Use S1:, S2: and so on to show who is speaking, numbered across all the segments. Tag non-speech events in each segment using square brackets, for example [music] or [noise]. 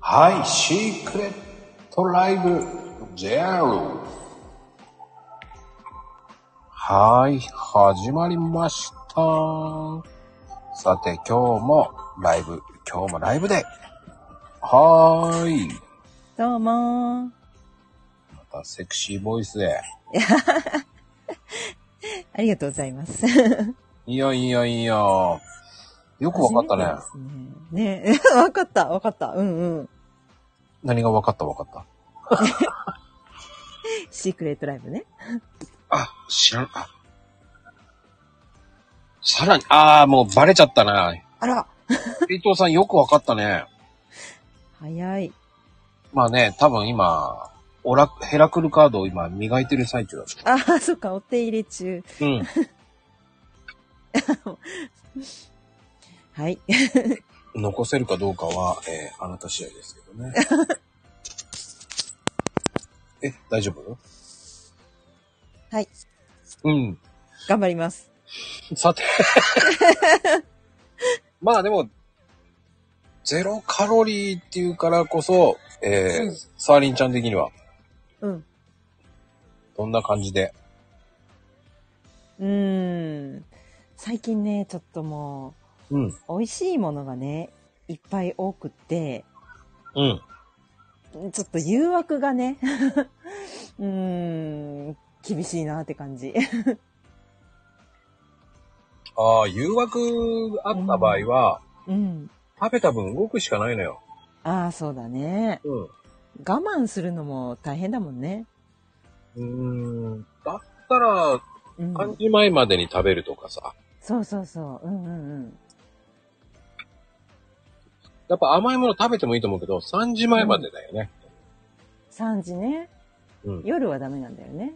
S1: はい、シークレットライブゼロ。はい、始まりました。さて、今日もライブ、今日もライブで。はーい。
S2: どうもー。
S1: またセクシーボイスで。
S2: ありがとうございます。
S1: いいよ、いいよ、いいよ。よくわかったね。
S2: 初めてですね。ね [laughs] わかった、わかった。うんうん。
S1: 何がわかったわかった。
S2: シークレットライブね。
S1: あ、知らん、あ。さらに、あー、もうバレちゃった [laughs] な。
S2: あら
S1: 伊藤さんよくわかったね。
S2: 早い。
S1: まあね、多分今、オラ、ヘラクルカードを今磨いてる最中だと。
S2: あー、そっか、お手入れ中。
S1: うん。
S2: はい。 [laughs]
S1: 残せるかどうかは、えーあなた次第ですけ [laughs] どね。え、大丈夫
S2: はい。
S1: うん。
S2: 頑張ります。
S1: さ
S2: [laughs]
S1: て。まあでも、ゼロカロリーっていうからこそ、えー
S2: うん
S1: サーリンちゃん的には、
S2: うん。
S1: どんな感じで
S2: うーん。最近ね、ちょっとも
S1: うん。
S2: う、美味しいものがね、いっぱい多くって、
S1: うん。
S2: ちょっと誘惑がね、 [laughs] うーん、厳しいなって感じ。 [laughs]
S1: ああ、誘惑あった場合は、
S2: うん。
S1: 食べた分動くしかないのよ。
S2: ああ、そうだね。
S1: うん。
S2: 我慢するのも大変だもんね。
S1: うーんだったら、
S2: うん。
S1: 3時前までに食べるとかさ。
S2: そうそうそう。うんうんうん。
S1: やっぱ甘いもの食べてもいいと思うけど、3時前までだよね。
S2: 3時ね。
S1: うん。
S2: 夜はダメなんだよね。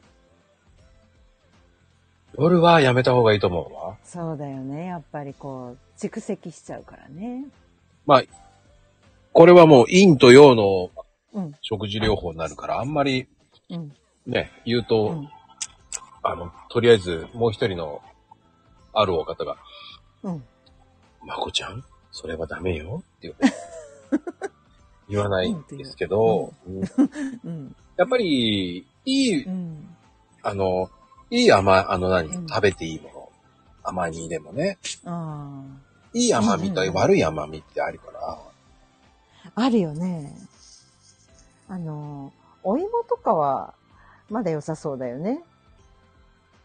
S1: 夜はやめた方がいいと思うわ。
S2: そうだよね。やっぱりこう、蓄積しちゃうからね。
S1: これはもう陰と陽の
S2: うん。
S1: 食事療法になるから、あんまり
S2: うん。
S1: ね、言う
S2: う
S1: と、
S2: ん。
S1: あの、とりあえずもう一人のあるお方が、
S2: うん。
S1: まこちゃん、それはダメよって [laughs] いう。言わないんですけど、うん
S2: うん。
S1: やっぱり、いい
S2: うん。
S1: あの、いい甘、あの何、
S2: うん
S1: 食べていいもの。甘煮でもね。
S2: あ
S1: いい甘み
S2: うん
S1: と
S2: うん
S1: 悪い甘みってあるから。
S2: あ。あるよね。あの、お芋とかは、まだ良さそうだよね。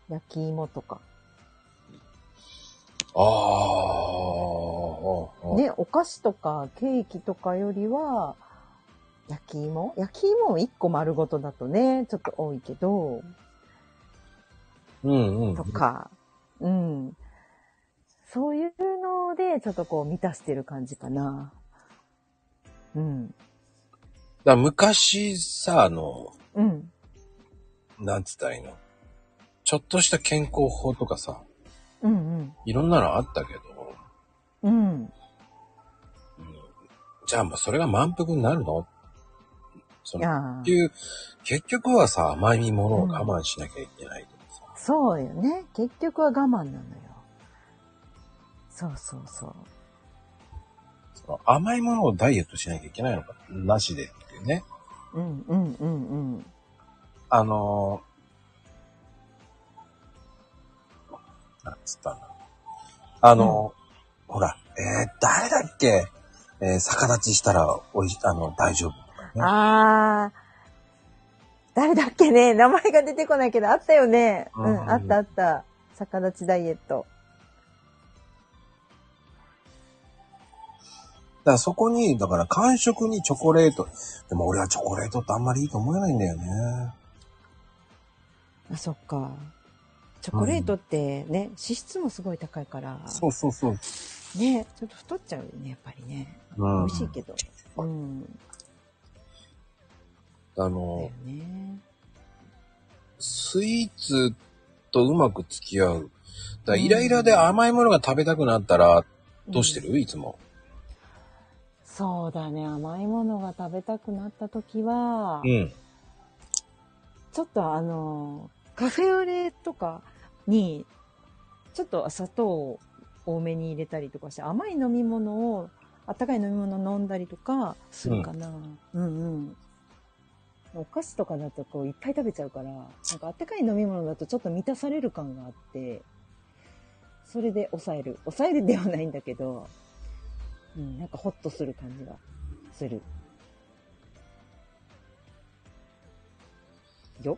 S2: 焼き芋とか。
S1: ああ、
S2: ね、お菓子とかケーキとかよりは、焼き芋焼き芋を1個丸ごとだとね、ちょっと多いけど。
S1: うんうん。
S2: とか、うん。そういうので、ちょっとこう満たしてる感じかな。うん。
S1: だ昔さ、あの、
S2: うん。
S1: なんつったらいいの。ちょっとした健康法とかさ、
S2: うん
S1: いろんなのあったけど、
S2: うん。うん。
S1: うんじゃあもうそれが満腹になるのその
S2: ああ
S1: って。いう、結局はさ、甘いものを我慢しなきゃいけないとかさ。
S2: そうよね。結局は我慢なのよ。そうそうそう。
S1: その甘いものをダイエットしなきゃいけないのか、なしでっていうね。
S2: うんうんうんうん。
S1: あのー、なんつったんだろうあのーほら、えー、誰だっけえー、逆立ちしたら、おい、あの、大丈夫とかね。
S2: あー。誰だっけね名前が出てこないけど、あったよね。う
S1: うん
S2: ん、あったあった。逆立ちダイエット。
S1: だからそこに、だから、間食にチョコレート。でも俺はチョコレートってあんまりいいと思えないんだよね。
S2: あ、そっか。チョコレートってね、脂質もすごい高いから。
S1: うそうそう。
S2: ねちょっと太っちゃうよねやっぱりね、
S1: うん。
S2: 美味しいけどうん
S1: あ
S2: だよ
S1: の、
S2: ね
S1: スイーツとうまく付き合う。だからイライラで甘いものが食べたくなったら、どうしてる、いつも。
S2: そうだね甘いものが食べたくなった時は、
S1: ん。
S2: ちょっとあのカフェオレとかにちょっと砂糖を多めに入れたりとかして甘い飲み物をあったかい飲み物飲んだりとかするかな。うん、うん、お菓子とかだとこういっぱい食べちゃうから、なんかあったかい飲み物だとちょっと満たされる感があって、それで抑える。抑えるではないんだけど、うん、なんかホッとする感じがする。よ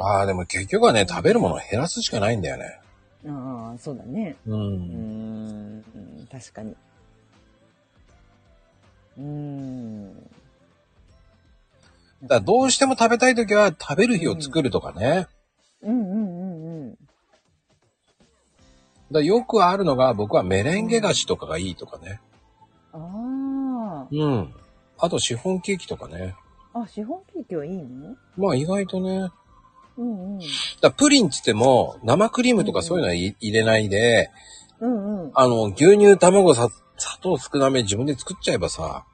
S1: ああ、でも結局はね、食べるものを減らすしかないんだよね。
S2: ああ、そうだね。
S1: う
S2: うー
S1: ん。
S2: ん、確かに。うーん。
S1: だからどうしても食べたいときは食べる日を作るとかね。
S2: うんうんうんうん。
S1: だからよくあるのが僕はメレンゲ菓子とかがいいとかね。
S2: あ
S1: うん。あとシフォンケーキとかね。
S2: あ。あ、シフォンケーキはいいの
S1: まあ意外とね。だか
S2: うんうん。
S1: らプリンっつっても生クリームとかそういうのは入入れないで、
S2: うんうん。あ
S1: あの、牛乳、卵、さ砂糖少なめ自分で作っちゃえばさ、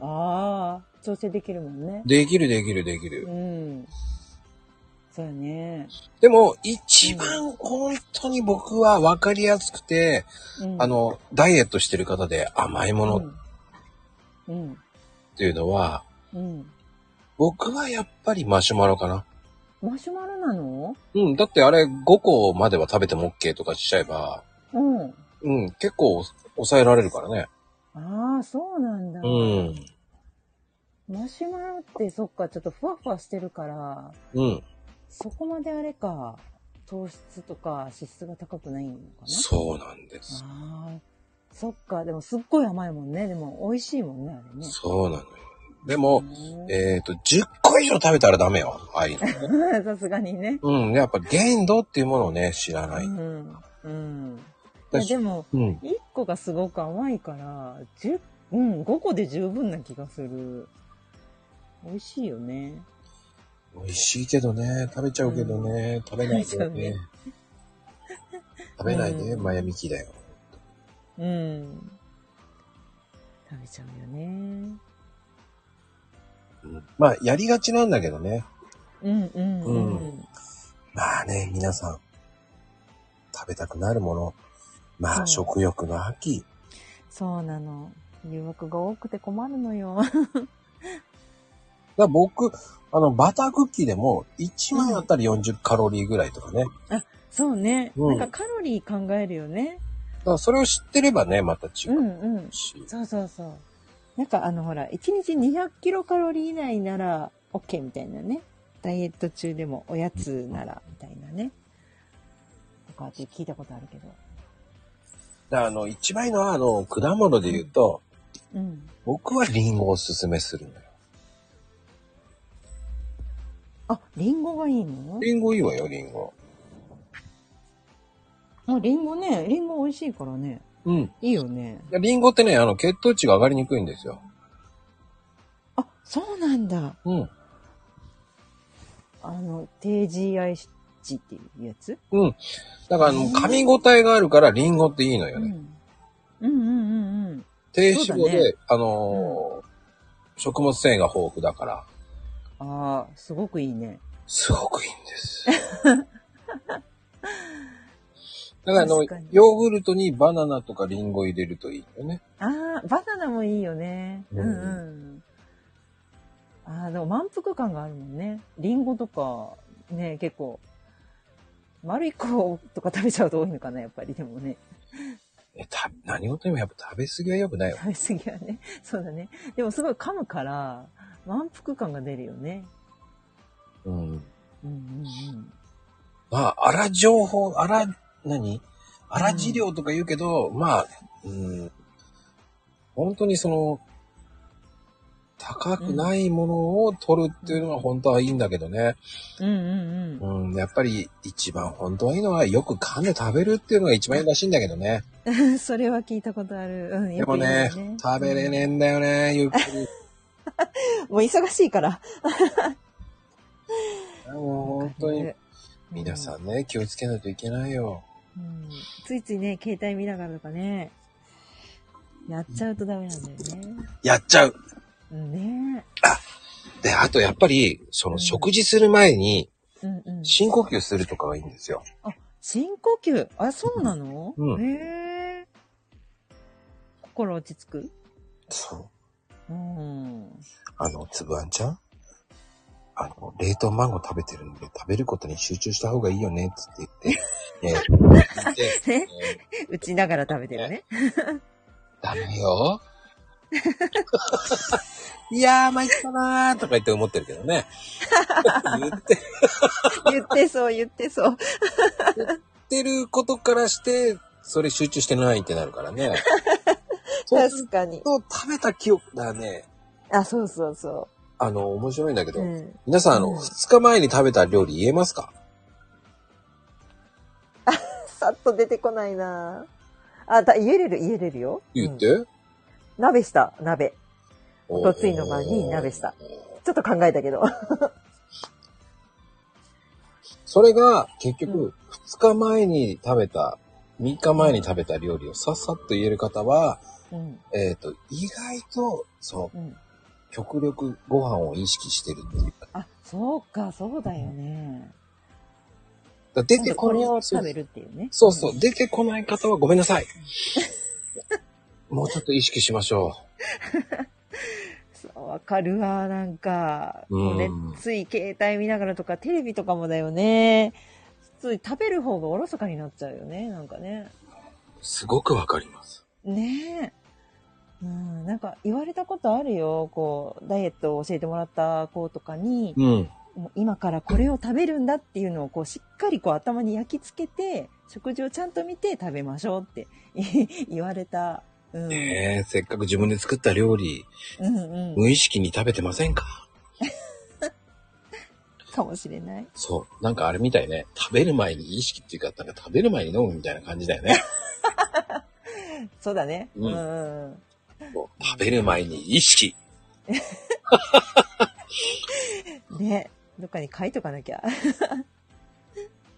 S2: あー、調整できるもんね。
S1: できるできるでき
S2: う
S1: る。
S2: ん。そうやね。
S1: でも一番本当に僕は分かりやすくて、
S2: うん、
S1: あ、の、ダイエットしてる方で甘いものっ
S2: うん。
S1: ていうのは、
S2: うん。うん。
S1: 僕はやっぱりマシュマロかな。
S2: マシュマロなの
S1: うん、だってあれ5個までは食べても OK とかしちゃえば、
S2: うん。
S1: うん、結構抑えられるからね。
S2: ああ、そうなんだ。
S1: うん。
S2: マシュマロってそっか、ちょっとふわふわしてるから、
S1: うん。
S2: そこまであれか、糖質とか脂質が高くないのかな
S1: そうなんです。
S2: ああ、そっか、でもすっごい甘いもんね。でも美味しいもんね、あれね。
S1: そうなのよ。でも、
S2: う
S1: えっ、と、10個以上食べたらダメよ。ああいうの。
S2: ん [laughs] さすがにね。
S1: うん、やっぱ限度っていうものをね、知らない。
S2: うん。うん。い
S1: だ
S2: や
S1: し
S2: でも、
S1: うん。
S2: 1個がすごく甘いから、10うん、5個で十分な気がする。美味しいよね。
S1: 美味しいけどね、食べちゃうけどね、食べないで
S2: 食べち
S1: ね
S2: ゃうね。
S1: 食べないで、
S2: うん
S1: 前向きだよ。
S2: うん。食べちゃうよね。
S1: うんまあ、やりがちなんだけどね。
S2: うんうんうん。
S1: うまあね、皆さん、食べたくなるもの。ま
S2: そ
S1: あ、
S2: う
S1: 食欲の秋。
S2: そうなの。誘惑が多くて困るの
S1: だ
S2: よ。
S1: から僕、あの、バタークッキーでも、1枚あったら40カロリーぐらいとかね。
S2: [laughs] そうね。
S1: う
S2: なんんかカロリー考えるよね。
S1: だからそれを知ってればね、また違
S2: う
S1: うん
S2: うん。
S1: し。
S2: そうそうそう。なんかあのほら、1日200キロカロリー以内なら OK みたいなね。ダイエット中でもおやつならみたいなね。とかって聞いたことあるけど。
S1: だからあの、一番いいのは、あの、果物で言うと、
S2: うん。
S1: 僕はリンゴをおすすめするのよ。
S2: あ、リンゴがいいの
S1: リンゴいいわよ、リンゴ。
S2: あ、リンゴね。リンゴ美味しいからね。
S1: うん。
S2: いいよね。
S1: リンゴってね、あの、血糖値が上がりにくいんですよ。
S2: あ、そうなんだ。
S1: うん。
S2: あの、低 GI 値っていうやつ
S1: うん。だから、あの、噛み応えがあるから、リンゴっていいのよ
S2: う
S1: ね。
S2: んうんうんうんうん。
S1: 低脂肪
S2: そうだ
S1: で、あのー食物繊維が豊富だから、
S2: ああ、すごくいいね。
S1: すごくいいん [laughs] です。だから、あの
S2: 確かに、
S1: ヨーグルトにバナナとかリンゴ入れるといいよね。
S2: ああ、バナナもいいよね。
S1: うん
S2: うんうん。ああ、でも満腹感があるもんね。リンゴとか、ね、結構、丸い個とか食べちゃうと多いのかな、やっぱり。でもね、
S1: え、た、何事にもやっぱ食べ過ぎは良くないよ。
S2: 食べ過ぎはね。 [laughs] そうだね。でもすごい噛むから、満腹感が出るよね。
S1: うん。
S2: うんうん
S1: まあ、荒情報、荒、何荒治療とか言うけど、まあ、うん、本当にその、高くないものを取るっていうのは本当はいいんだけどね。
S2: うん。うんうんうん。
S1: うん、やっぱり一番本当はいいのはよく噛んで食べるっていうのが一番いいらしいんだけどね。
S2: [laughs] それは聞いたことある。うん、
S1: で
S2: よ
S1: も
S2: く言う
S1: ね
S2: よ、
S1: 食べれねえんだよね、ゆっくり。
S2: うんもう忙しいから。
S1: もう本当に
S2: う。
S1: 皆さんね、気をつけないといけないよ。
S2: うんついついね、携帯見ながらとかね、やっちゃうとダメなんだよね。
S1: やっちゃう
S2: うんね
S1: で、あとやっぱり、その食事する前に
S2: うんうん。
S1: 深呼吸するとかがいいんですよ。
S2: 深呼吸。あ、そうなの、
S1: うん
S2: へえ。心落ち着く
S1: そう。
S2: うん。
S1: あの、つぶあんちゃんあの、冷凍マンゴー食べてるんで、食べることに集中した方がいいよね、つって言
S2: [laughs]
S1: って、ね、聞いてね
S2: ね、打ちながら食べてるね。
S1: ダメよ。いやー、参ったなーとか言って思ってるけどね。言って
S2: 言ってそう、言ってそう。
S1: ってることからして、それ集中してないってなるからね。そうす
S2: 確かに
S1: る。と、食べた記憶がね、
S2: あ、そうそうそ
S1: あの、面白いんだけ
S2: う。
S1: ど、
S2: うん。
S1: 皆さん、あの、
S2: うん
S1: 2日前に食べた料理言えますか
S2: さっと出てこないなあ、だ、言えれる、言えれるよ。
S1: 言って。
S2: うん鍋した、鍋。
S1: おー
S2: ごついの前に鍋した。ちょっと考えたけど。
S1: それが結
S2: う
S1: 局2日前に食べた、3日前に食べた料理をさっさっと言える方は、
S2: うん。
S1: えっ、と、意外と、そう、
S2: うん。
S1: 極力ご飯を意識してるっていうか。だか
S2: あ、そうか、そうだよね。
S1: ら出てこ
S2: こ
S1: ない
S2: れを食べるっていうね。
S1: そうそう、出てこない方はごめんな
S2: [laughs]
S1: さい。もうちょっと意識しましょ
S2: そうわかるわ、なんか。
S1: うん
S2: ね、つい携帯見ながらとか、テレビとかもだよね。つい食べる方がおろそかになっちゃうよね、なんかね。
S1: う。すごくわかります。
S2: ねえ。うん、なんか言われたことあるよ。こう、ダイエットを教えてもらった子とかに、
S1: うん。
S2: もう今からこれを食べるんだっていうのをこうしっかりこう頭に焼き付けて、食事をちゃんと見て食べましょうって [laughs] 言われた。うん。
S1: ねえ、せっかく自分で作った料理、
S2: うんうん。
S1: 無意識に食べてませんか
S2: かもしれない。
S1: そう。なんかあれみたいね。食べる前に意識っていうか、なんか食べる前に飲むみたいな感じだよ [laughs] ね。
S2: そうだね。
S1: うん
S2: うんうん。
S1: こう食べる前に意識。
S2: ね、どっかに書いとかなきゃ。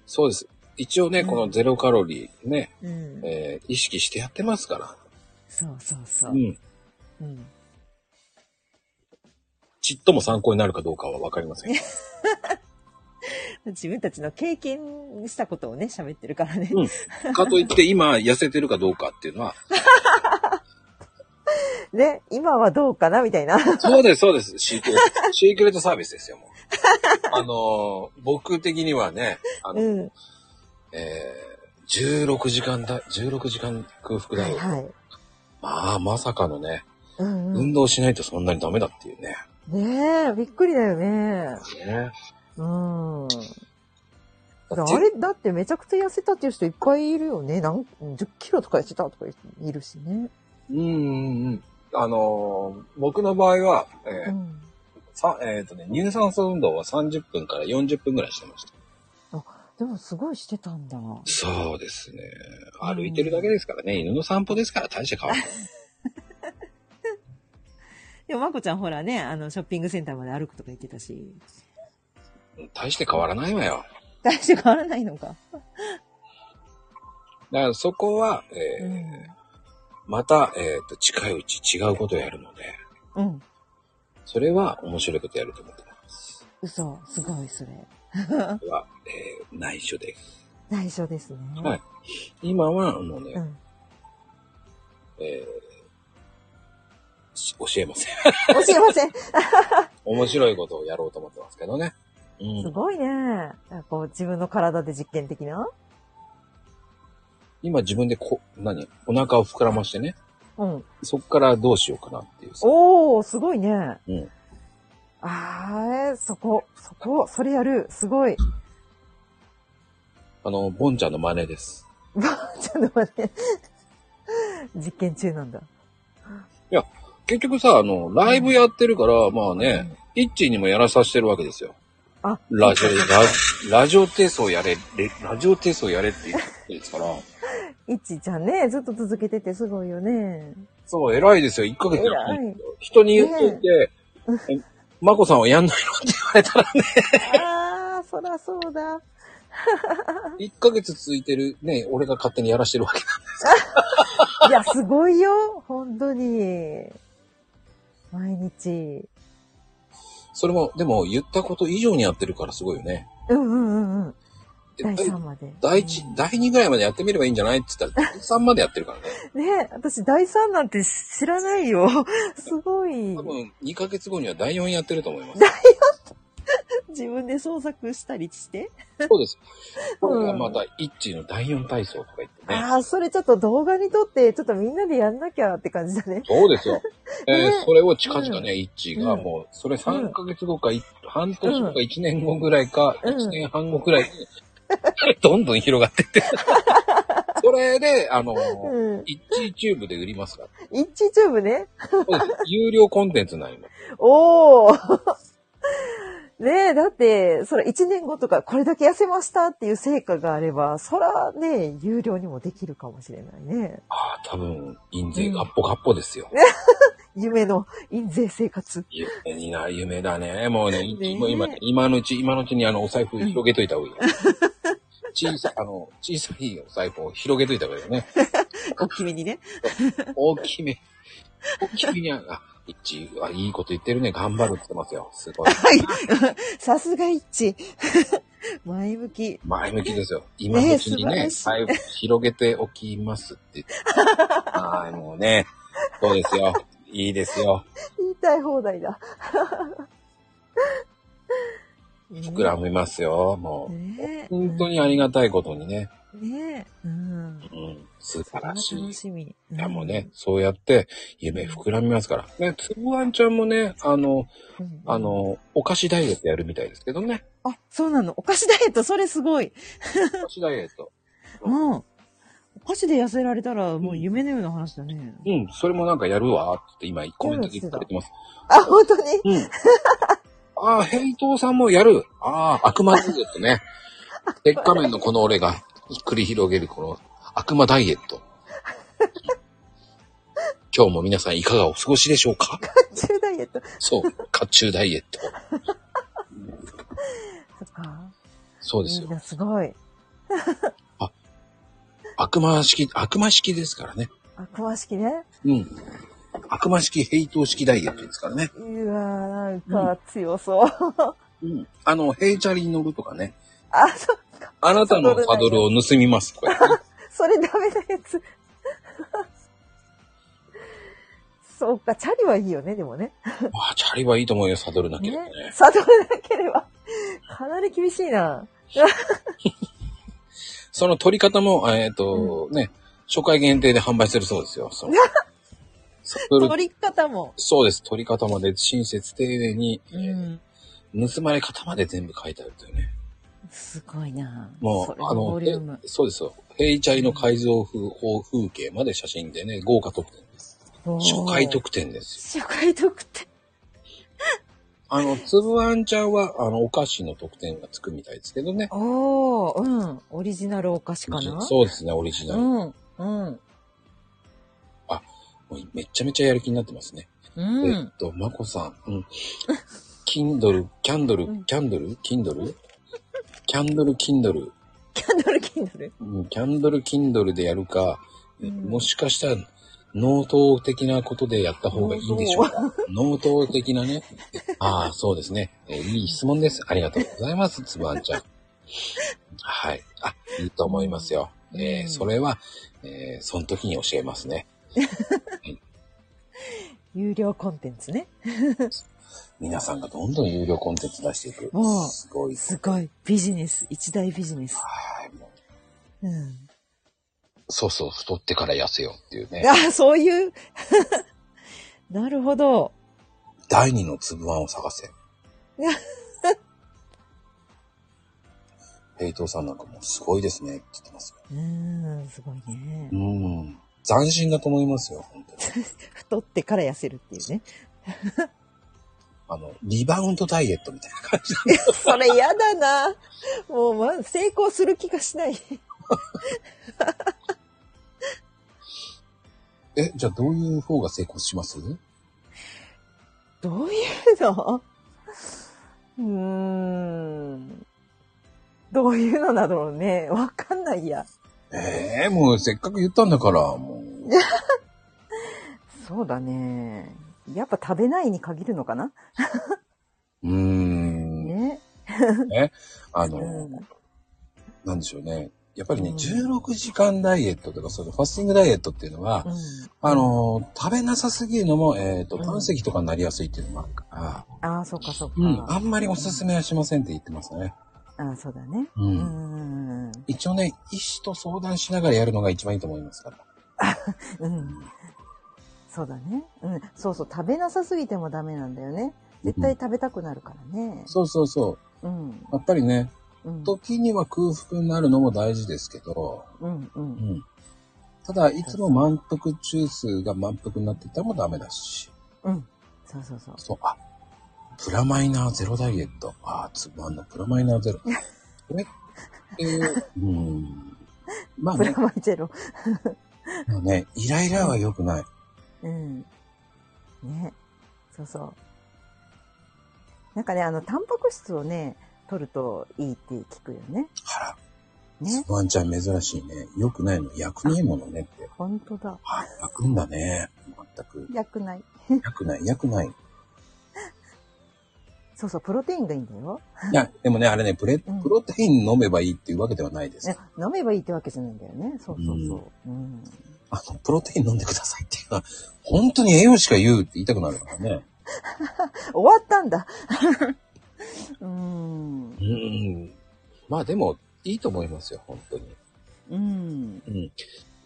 S1: そうです。一応ね、
S2: うん
S1: このゼロカロリーね、
S2: うん。
S1: えー意識してやってますか
S2: そうそうそ
S1: ら。
S2: う
S1: う。ん。
S2: うん。
S1: ちっとも参考になるかどうかはわかりません。
S2: 自分たちの経験したことをね、喋ってるからね。
S1: かといって今痩せてるかどうかっていうのは、
S2: ね、今はどうかなみたいな。
S1: そうです、そうです。シークレット、シークレットサービスですよ、もう。あのー僕的にはね、あの、
S2: うん。
S1: えー16時間だ、16時間空腹
S2: は
S1: だ
S2: い
S1: よ。
S2: はい。
S1: まあ、まさかのね、
S2: うん、うん
S1: 運。動しないとそんなにダメだっていうね。
S2: ねえ、びっくりだよね。
S1: ね
S2: うん。
S1: だっ
S2: あ
S1: て
S2: れだってめちゃくちゃ痩せたっていう人いっぱいいるよね。なん10キロとか痩せたとかいるしね。
S1: うんうんうん。あのー僕の場合は、え
S2: う
S1: ー
S2: ん。
S1: さえーとね、有酸素運動は30分から40分ぐらいしてました。
S2: でもすごいしてたんだ。
S1: そうですね。歩いてるだけですからね、犬の散歩ですから大して変わらない。
S2: でもまこちゃんほらね、あの、ショッピングセンターまで歩くとか言ってたし。
S1: 大して変わらないわよ。
S2: 大して変わらないのか。
S1: だからそこは、えー
S2: うん。
S1: また、えーと、近いうち違うことをやるので、
S2: うん。
S1: それは面白いことやると思ってます。
S2: 嘘。すごい、それ。
S1: それは、えー内緒です。
S2: 内緒ですね。
S1: はい。今は、もうね、
S2: うん。
S1: えーし教えません。
S2: 教えません。
S1: 面白いことをやろうと思ってますけどね。う
S2: [laughs] す
S1: ん、
S2: ごいね。こう、自分の体で実験的な
S1: 今自分でこ、何お腹を膨らましてね。
S2: うん。
S1: そこからどうしようかなっていう。
S2: おー、すごいね。
S1: うん
S2: あー、そこ、そこ、それやる。すごい。 [laughs]
S1: あの、ボンちゃんの真似です。
S2: ばあちゃんの真似。実験中なんだ。
S1: 結局さ、あの、ライブやってるから、まあね、イッチーにもやらさせてるわけですよ。
S2: あ
S1: ラジオ、ララジオテイストをやれ、レラジオテイストをやれって言ってですから。
S2: いっちちゃんね、ずっと続けててすごいよね。
S1: そう、偉いですよ。1ヶ月やってる [laughs]
S2: 偉い。
S1: 人に言っといて、えマコさんはやんないのって言われたらね、
S2: あー、そらそうだ。
S1: 1ヶ月続いてるね、俺が勝手にやらしてるわけ。
S2: いや、すごいよ。本当に。毎日。
S1: それも、でも言ったこと以上にやってるからすごいよね。
S2: うんうんうんうん。
S1: って、
S2: 第3まで。
S1: 第一
S2: うん
S1: 第2ぐらいまでやってみればいいんじゃないって言ったら、第3までやってるからね。
S2: ね私第3なんて知らないよ。 [laughs] すごい
S1: 多。分、2ヶ月後には第4やってると思います。
S2: 自分で創作したりして。
S1: そうです。これがまた、イッチーの第4体操とか言ってね。
S2: ああ、それちょっと動画に撮って、ちょっとみんなでやんなきゃって感じだね。
S1: そうですよ。えー
S2: ね
S1: それを近々ね、イッチーが
S2: うん
S1: もう、それ3ヶ月後か、い半年後か1年後ぐらいか、
S2: うん
S1: 1年半後ぐらいに、 [laughs] どんどん広がって
S2: [laughs]
S1: って。それで、あの、
S2: うん。
S1: イッチーチューブで売りますから。
S2: イッチチューブね。
S1: そうです有料コンテンツになります。
S2: おー [laughs] ねえ、だって、それ1年後とか、これだけ痩せましたっていう成果があれば、そらね、有料にもできるかもしれないね。
S1: ああ、多分、印税ガッポガッポですよ。
S2: 夢の印税生活。
S1: 夢にな、夢だね。もうね、い
S2: [laughs] ねえ
S1: もう今、今のうち、今のうちにあの、お財布広げといた方が
S2: [laughs]
S1: いいよ。小さい、あの、小さいお財布を広げといた方がいいよね。
S2: 大きめにね。
S1: 大きめ。大きめにあ、あ、一致はいいこと言ってるね。頑張るって言ってますよ。すごい。
S2: はい。さすが一致。 [laughs] 前向き。
S1: 前向きですよ。今のうちにね、
S2: ねえ素晴
S1: 財布広げておきますって言って。はい、もうね。そうですよ。いいですよ。
S2: 言いたい放 [laughs] 題だ。
S1: 膨らみますよ。も
S2: ねえ。
S1: う。本当にありがたいことにね。
S2: ねえ。うん。
S1: うん。素
S2: そ
S1: 晴
S2: れは
S1: らしい
S2: 楽。しみ。い
S1: いやもうね、。そうやって夢膨らみますから。ね、つぶあんちゃんもね、あの、
S2: うん
S1: あ、の、お菓子ダイエットやるみたいですけど [laughs] ね。
S2: あ、そうなの。お菓子ダイエット、それすごい。
S1: お菓子ダイエット。
S2: うん。お菓子で痩せられたら、もう夢のような話だね。
S1: うん、それもなんかやるわ、って今コメントで言ってくれてます。
S2: あ、本当に
S1: うん。ああ、ヘイトーさんもやる。ああ、悪魔ダイエット [laughs] ね。鉄仮面のこの俺が繰り広げるこの悪魔ダイエット。今日も皆さんいかがお過ごしでしょうか
S2: 中ダイエット。
S1: そう、甲冑ダイエット。
S2: そっか。
S1: そうです
S2: み
S1: よ
S2: ん。なすごい。
S1: 悪魔式、悪魔式ですからね。
S2: あ、詳しきね。
S1: うん。悪魔式、ヘイト式ダイエットですからね。
S2: うわー、なんか強そう。
S1: うん。あの、ヘイチャリに乗るとかね。
S2: あ、そ、
S1: あなたのサドルを盗みます
S2: [laughs]
S1: とか言ってね。
S2: それダメなやつ。 [laughs] そうか、チャリはいいよね、でもね。
S1: ああ、チャリはいいと思うよ、サドルなければね。
S2: ね、悟れなければ、かなり厳しいな。
S1: その取り方も、えっ、と、ね、初回限定で販売するそうですよ。そ
S2: [laughs]
S1: のサドル、
S2: 取り方も。
S1: そうです。取り方まで親切丁寧に、
S2: うん。
S1: 盗まれ方まで全部書いてあるというね。
S2: すごいな。
S1: も、
S2: そうれ
S1: あの
S2: ボ、リューム
S1: え。そうですよ。ヘイチャリの改造風、風景まで写真でね、豪華特典です。初回
S2: と
S1: 特典ですよ。
S2: 初回特典。
S1: あの、つぶあんちゃんは、あの、お菓子の特典がつくみたいですけどね。
S2: おー、うん。オリジナルお菓子かな
S1: そうですね、オリジナル。も
S2: うん。うん。
S1: うめちゃめちゃやる気になってますね。
S2: う
S1: えっ
S2: ん。
S1: と、まこさん。うん。キンドル、キャンドル
S2: う、ん
S1: キャンドル、キンドルキャンドル、キンドル。
S2: キャンドルキンドル。
S1: うんキャンドル、キンドルでやるか、
S2: うん
S1: もしかしたら、能頭的なことでやった方がいいんでしょうか。能頭的なね。 [laughs] ああ、そうですね、えーいい質問です。ありがとうございます、つぶあんちゃん。はい。あ、いいと思いますよ。えー
S2: うん
S1: それは、えーその時に教えますね。
S2: 有料コンテンツね。
S1: 皆さんがどんどん有料コンテンツ出していく
S2: う。ん
S1: すごい。
S2: すごい。ビジネス。一大ビジネス。
S1: はい。もう
S2: うん。
S1: そうそう、太ってから痩せようっていうね。
S2: あ、 [laughs] そういう。なるほど。
S1: 第二のつぶあんを探 [laughs] せ。ヘイトさんなんかもうすごいですねって言ってますよ。
S2: うん、すごいね
S1: う。ん。斬新だと思いますよ、本当に。
S2: 太ってから痩せるっていうね。
S1: あの、リバウンドダイエットみたいな感じ。
S2: それやだな。もう、ま、成功する気がしない。
S1: え、じゃあどういう方が成功します
S2: どういうのうーん。どういうのだろうね。わかんないや。
S1: ええもうせっかく言ったんだから、もう。
S2: そうだね。やっぱ食べないに限るのかな
S1: [laughs] うーん。
S2: ね。
S1: あ
S2: う
S1: の、
S2: ん。
S1: なんでしょうね。やっぱりね、
S2: うん
S1: 16時間ダイエットとか、そのファスティングダイエットっていうのは、あのー食べなさすぎるのも、えっ、と、
S2: うん
S1: 胆石とかになりやすいっていうのもあるから、
S2: ああ、そっかそっか。
S1: うん、あんまりおすすめはしませんって言ってますね。
S2: ああ、そうだね。
S1: う。
S2: うんん。うん。
S1: 一応ね、医師と相談しながらやるのが一番いいと思いますから。
S2: そうだね。うん。そうそう。食べなさすぎてもダメなんだよね。絶対
S1: うん
S2: 食べたくなるからね。
S1: そうそうそう。
S2: うん。
S1: やっぱりね、
S2: うん。
S1: 時には空腹になるのも大事ですけど、
S2: うん。う。
S1: うんん。ただ、いつも満腹中枢が満腹になっていったらもダメだし。
S2: うん。そうそうそう。
S1: そう、あ、プラマイナーゼロダイエット。あー、つまんな、プラマイナ [laughs] ーゼロ。これって、うーん。まあ
S2: プ
S1: ね
S2: ラ、マイゼロ。
S1: まあね、イライラは良くない。
S2: うん。ね。そうそう。なんかね、あの、タンパク質をね、取るといいって聞くよね。
S1: あら、
S2: ね。
S1: ワンちゃん珍しいね。良くないの、焼くないものねって。
S2: 本当だ。
S1: あ、焼くんだね。全く。
S2: 薬くない。
S1: 焼くない、焼くない。い
S2: そうそう、プロテインがいいんだよ。
S1: や、でもね、あれね、プレ、
S2: うん
S1: プロテイン飲めばいいっていうわけではないです
S2: ね。飲めばいいってわけじゃないんだよね。そうそうそう。うん。
S1: あの、プロテイン飲んでくださいっていうのは、本当に栄養士が言うって言いたくなるからね。
S2: 終わったんだ。 [laughs] うーん。
S1: うーん。まあでも、いいと思いますよ、本当に。
S2: うん。
S1: うん。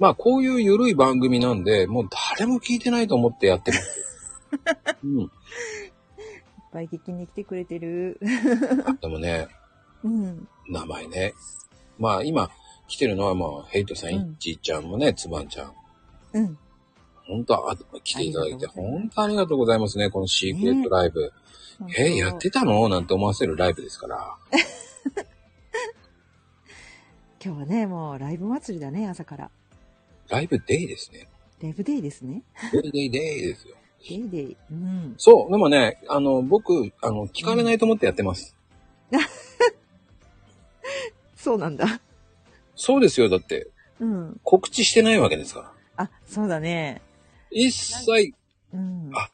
S1: まあ、こういう緩い番組なんで、もう誰も聞いてないと思ってやってます。うん。
S2: いっぱい聞きに来てくれてる。
S1: あでもね、
S2: [laughs] うん。
S1: 名前ね。まあ、今、来てるのは、まあ、ヘイトさん、イ
S2: うん
S1: ッチーちゃんもね、つばんちゃん。
S2: うん。
S1: 本当あ、来ていただいて、
S2: ありがとうございます
S1: 本当ありがとうございますね、このシークレットライブ。えやってたのなんて思わせるライブですから。
S2: 今日はね、もうライブ祭りだね、朝から。
S1: ライブデイですね。
S2: ライブデイですね。
S1: デイデイデイですよ。
S2: デイデイ。うん。
S1: そう、でもね、あの、僕、あの、聞かれないと思ってやってます。
S2: そうなんだ。
S1: そうですよ、だって、
S2: うん。
S1: 告知してないわけですから。
S2: あ、そうだね。
S1: 一切
S2: うん。
S1: あ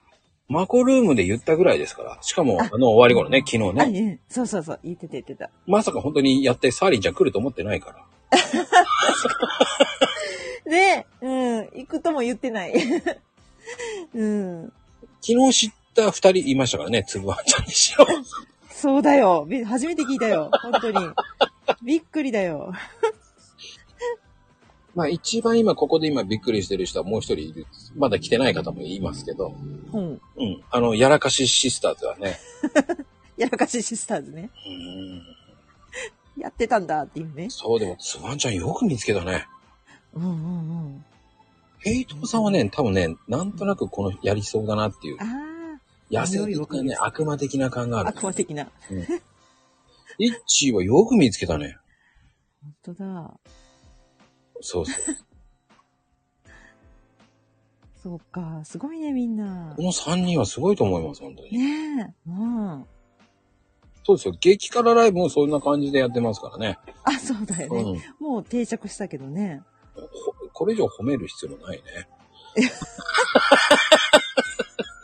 S1: マコルームで言ったぐらいですから。しかも、あの、終わり頃ね、昨日
S2: あ
S1: ね。
S2: うんそうそうそう。言ってた言ってた。
S1: まさか本当にやって、サーリンちゃん来ると思ってないから。
S2: ねうん。行くとも言ってない。 [laughs] うん。
S1: 昨日知った二人いましたからね、つぶあんちゃんにし
S2: [laughs]
S1: ろ。
S2: そうだよ。び初めて聞いたよ。本
S1: [laughs]
S2: 当に。びっくりだよ。
S1: まあ一番今、ここで今びっくりしてる人はもう一人いる。まだ来てない方もいますけど。
S2: うん。
S1: うん。あの、やらかしシスターズはね。
S2: やらかしシスターズね。
S1: うん。
S2: やってたんだっていうね。
S1: そう、でも、つぶあんちゃんよく見つけたね。
S2: うんうんうん。
S1: ヘイトさんはね、多分ね、なんとなくこのやりそうだなっていう。
S2: あ
S1: 野生的なね、悪魔的な感が
S2: あ、
S1: ある。
S2: 悪魔的な。
S1: イッチーはよく見つけたね。
S2: 本当だ。
S1: そうそう。
S2: [laughs] そうか。すごいね、みんな
S1: こ。の3人はすごいと思います、本当に。
S2: ねえ。うん。
S1: そうですよ。激辛ライブもそんな感じでやってますからね。
S2: あ、そうだよ
S1: う
S2: ね。
S1: ん。
S2: もう定着したけどね。
S1: ほこれ以上褒める必要もないね。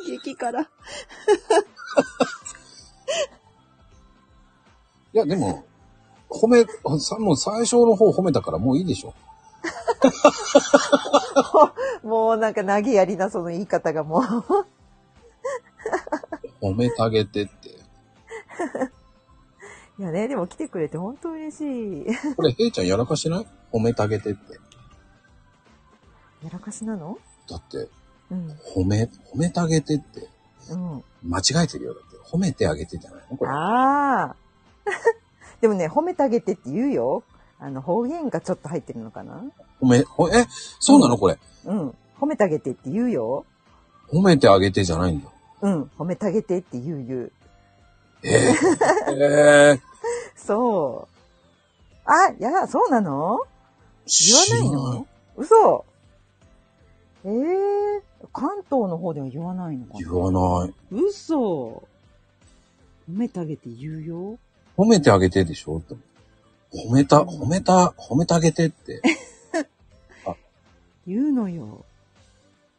S2: 激辛。
S1: いや、でも、褒め、さもう最初の方褒めたからもういいでしょ。
S2: もうなんか投げやりな、その言い方がもう。
S1: 褒めてあげてって。
S2: いやね、でも来てくれて本当嬉しい。
S1: これ、ヘイちゃんやらかしてない褒めてあげてって。
S2: やらかしなの
S1: だって、
S2: うん。
S1: 褒め、褒めてあげてって。
S2: うん。
S1: 間違えてるよ。だって、褒めてあげてじゃないのこれ。
S2: ああ。 [laughs] でもね、褒めてあげてって言うよ。あの、方言がちょっと入ってるのかな
S1: 褒め、ほえ、そうなのこれ。
S2: うん。褒めてあげてって言うよ。
S1: 褒めてあげてじゃないんだ。
S2: うん。褒めてあげてって言う言う。
S1: えー、えー、
S2: そう。あ、いや、そうなの言
S1: 知ら
S2: わないの嘘。ええ関東の方では言わないのか
S1: 言わない。
S2: 嘘。褒めてあげて言うよ。
S1: 褒めてあげてでしょって褒めた、褒めた、褒めてあげてって。
S2: 言うのよ。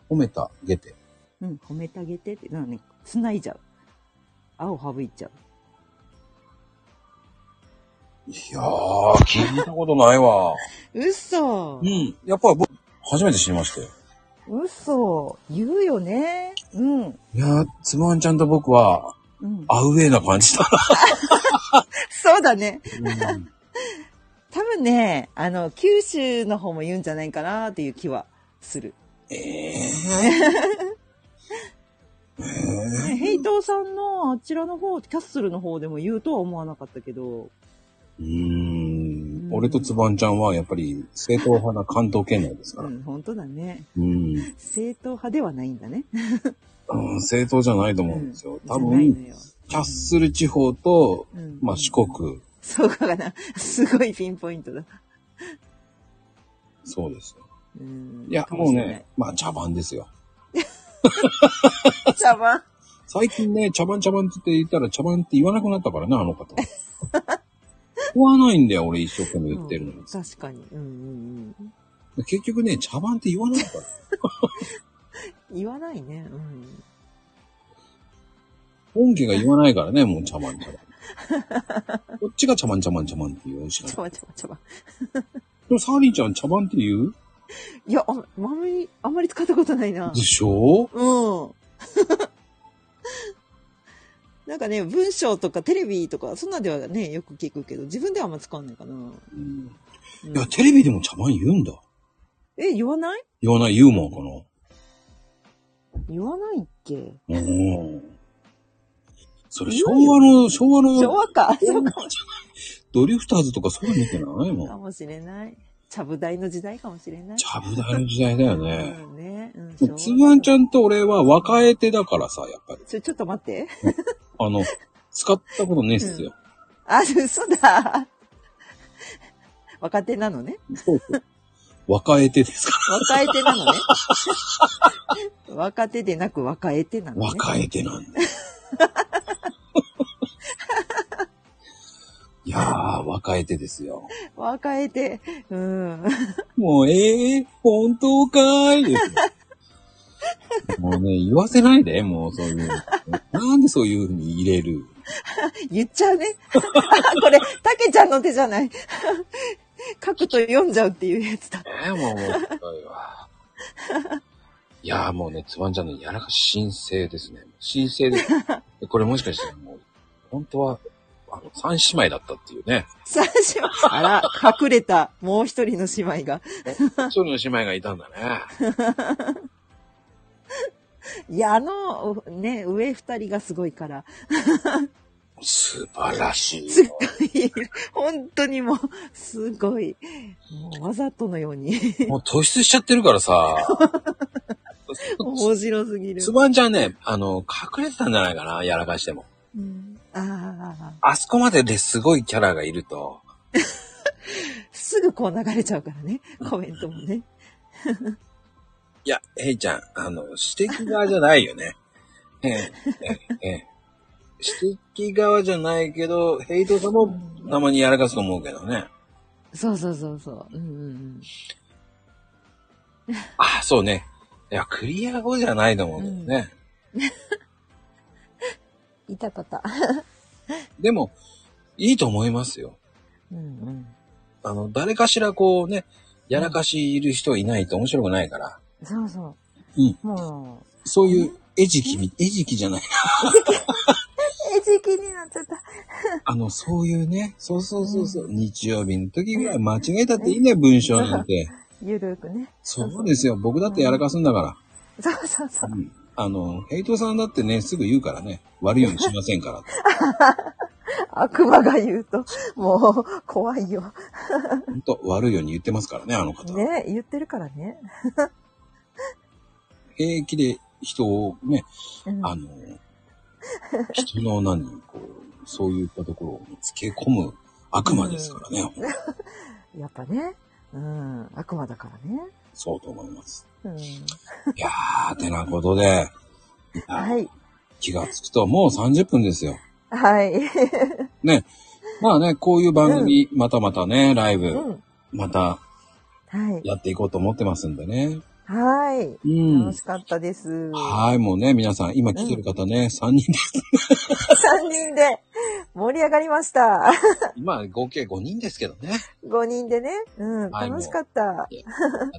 S1: 褒めた、あげて。
S2: うん、褒めてあげてって。なのね、繋いじゃう。青省いちゃう。
S1: いやー、聞いたことないわ。
S2: 嘘
S1: うん。やっぱり僕、初めて知りましたよ。
S2: 嘘言うよね。うん。
S1: いやー、つまんちゃんと僕は、
S2: うん。
S1: アウェイな感じだ
S2: そうだね。
S1: な。うん
S2: 多分ね、あの、九州の方も言うんじゃないかなっていう気はする。
S1: え [laughs] え
S2: ねヘイトーさんのあちらの方、キャッスルの方でも言うとは思わなかったけど。
S1: うーん。俺とつばんちゃんは、やっぱり、正統派な関東圏内ですか
S2: う
S1: ら。
S2: ん、本当だね。
S1: うん。
S2: 正統派ではないんだね。
S1: うん、正統じゃないと思うんですよ。多
S2: じゃない
S1: 分、
S2: のよ
S1: キャッスル地方と、
S2: うん
S1: まあ、四国、
S2: そうかな。すごいピンポイントだ。
S1: そうですよ。
S2: うん
S1: いや、
S2: か
S1: もう
S2: しれない
S1: ね、まあ、茶番ですよ。
S2: 茶番。
S1: 最近ね、茶番茶番って言ったら茶番って言わなくなったからね、あの [laughs] 方。言わないんだよ、俺一生懸命言ってるのに。
S2: うん確かに。うんうんうん。
S1: 結局ね、茶番って言わないから。
S2: 言わないね。うん。
S1: 本家が言わないからね、もう茶番茶番。こっちが茶番茶番茶番って言うしかない
S2: 茶。番、茶番、茶番。
S1: でも、サーリンちゃん茶番って言う
S2: いや、あんあんまり、あんまり使ったことないな
S1: で。しょ
S2: うん。 [laughs] なんかね、文章とかテレビとか、そんなんではね、よく聞くけど、自分ではあんま使わないかな。う
S1: うん
S2: ん
S1: いや、テレビでも茶番言うんだ。
S2: え、言わない
S1: 言わない、言うもんかな。
S2: 言わないっけ
S1: うん。それ
S2: 言
S1: 昭
S2: わんよ
S1: 和の、昭和の、
S2: 昭和か。そうか
S1: ドリフターズとかそういうのじゃないも
S2: [laughs] か
S1: ん。
S2: もしれない。ちゃぶ台の時代かもしれない。
S1: ちゃぶ台の時代だよね。
S2: うんね。うん
S1: もうつぶあんち
S2: ゃん。
S1: ゃんと俺は若え手だからさ、やっぱり。
S2: ちょ、ちょっと待って。
S1: あの、使ったことねえっすよ。
S2: あ、嘘だ。若手なのね。
S1: そうそう。若え手ですから。
S2: 若え手な
S1: [laughs]
S2: のね。若手でなく若え手なのね。
S1: 若え手なんだよ。 [laughs] いやー、若え手ですよ。
S2: 若え手。うん。
S1: もう、ええ本当かーいです。もうね、言わせないで、もうそういうの。なんでそういうふうに入れる
S2: 言っちゃうね。 [laughs] これ、たけちゃんの手じゃない。書くと読んじゃうっていうやつだ。
S1: えもう、もう、すごいわ。いやーもうね、つばんちゃんのやらかし申請ですね。申請です。これもしかしたらもう、本当は、あの、三姉妹だったっていうね。
S2: 三姉妹。あら、隠れた、もう一人の姉妹が。
S1: 一人の姉妹がいたんだね。
S2: いや、あの、おね、上二人がすごいから。
S1: 素晴らしい
S2: すっ
S1: よ。
S2: ごい、 [laughs] 本当にもう、すごい、もうわざとのように、
S1: もう突出しちゃってるからさ。
S2: 面白すぎる
S1: つ。ばんちゃんね、あの、隠れてたんじゃないかな、やらかしても。
S2: うんあ
S1: あそこまでですごいキャラがいると、
S2: あ、すぐこう流れちゃうからね、コメントもね。
S1: いや、ヘイちゃん、あの、指摘側じゃないよね。ええ、ええ、ええ。指摘側じゃないけど、ヘイトさんもたまにやらかすと思うけどね。
S2: そうそうそうそう。うんうんうん
S1: あ、そうね。いや、クリア後じゃないと思うけどね。
S2: いたたた。
S1: でも、いいと思いますよ。
S2: うんうん。
S1: あの、誰かしらこうね、やらかしいる人いないと面白くないから。
S2: そうそう。
S1: うん。
S2: も
S1: そういう、餌食み、餌食じ
S2: [laughs]
S1: ゃない。
S2: う、え、時期になっちゃった。
S1: あの、そういうね、そうそうそうそう、日曜日の時ぐらい間違えたっていいね、文章なん
S2: [laughs]
S1: て。
S2: ゆるくね。
S1: そうですよ、僕だってやらかすんだから。
S2: そうそうそう。
S1: あの、ヘイトさんだってね、すぐ言うからね、悪いようにしませんからって。
S2: 悪魔が言うと、もう、怖いよ。
S1: ほんと、悪いように言ってますからね、あの方。
S2: ね、言ってるからね。
S1: 平気で人をね、
S2: うん
S1: あの、人の何、こう、そういったところをつけ込む悪魔ですからね、
S2: やっぱね。うん、悪魔だからね。
S1: そうと思います。
S2: うん。
S1: いやー、てなことで、
S2: はい。
S1: 気がつくともう30分ですよ。
S2: はい。
S1: ね。まあね、こういう番組、またまたね、ライブ、
S2: うん。
S1: また
S2: はい。
S1: やっていこうと思ってますんでね。
S2: はい。
S1: うん
S2: 楽しかったです。3
S1: はい、もうね、皆さん、今来てる方ね、3人です。
S2: 人で盛り上がりました。
S1: 今、合計5人ですけどね。
S2: 5人でね。うん、
S1: はい
S2: 楽しかった。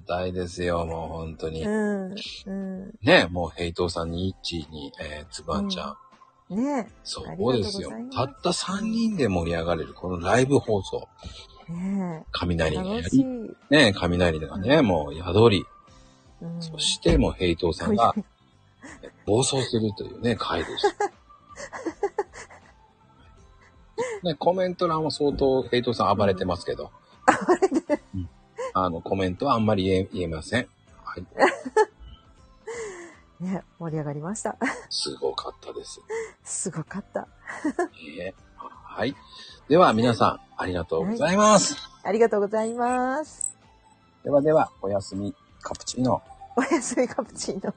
S1: 大ですよ、もう本当に
S2: う。ん、うん。
S1: ね、もうヘイトーさんに、イッチーに、えー、つばんちゃん。
S2: うね
S1: そ
S2: ありがとう
S1: う
S2: ござい
S1: で
S2: ます
S1: すよ。たった3人で盛り上がれる、このライブ放送。
S2: え、ねえ、
S1: 雷がや
S2: 楽しい
S1: り、。ね、雷がね、もう宿り、
S2: うん
S1: そしてもうヘイトーさんが暴走するというね、回でした。
S2: [laughs]
S1: ね、コメント欄は相当ヘイトーさん暴れてますけど。うんあの、コメントはあんまり言え言えません。はい。
S2: ね、盛り上がりました。 [laughs]
S1: すごかったです。
S2: すごかった。
S1: ねはい。では皆さん、ありがとうございます。
S2: ありがとうございます。
S1: ではでは、おやすみ、カプチーノ。
S2: おやすみカプチーノ。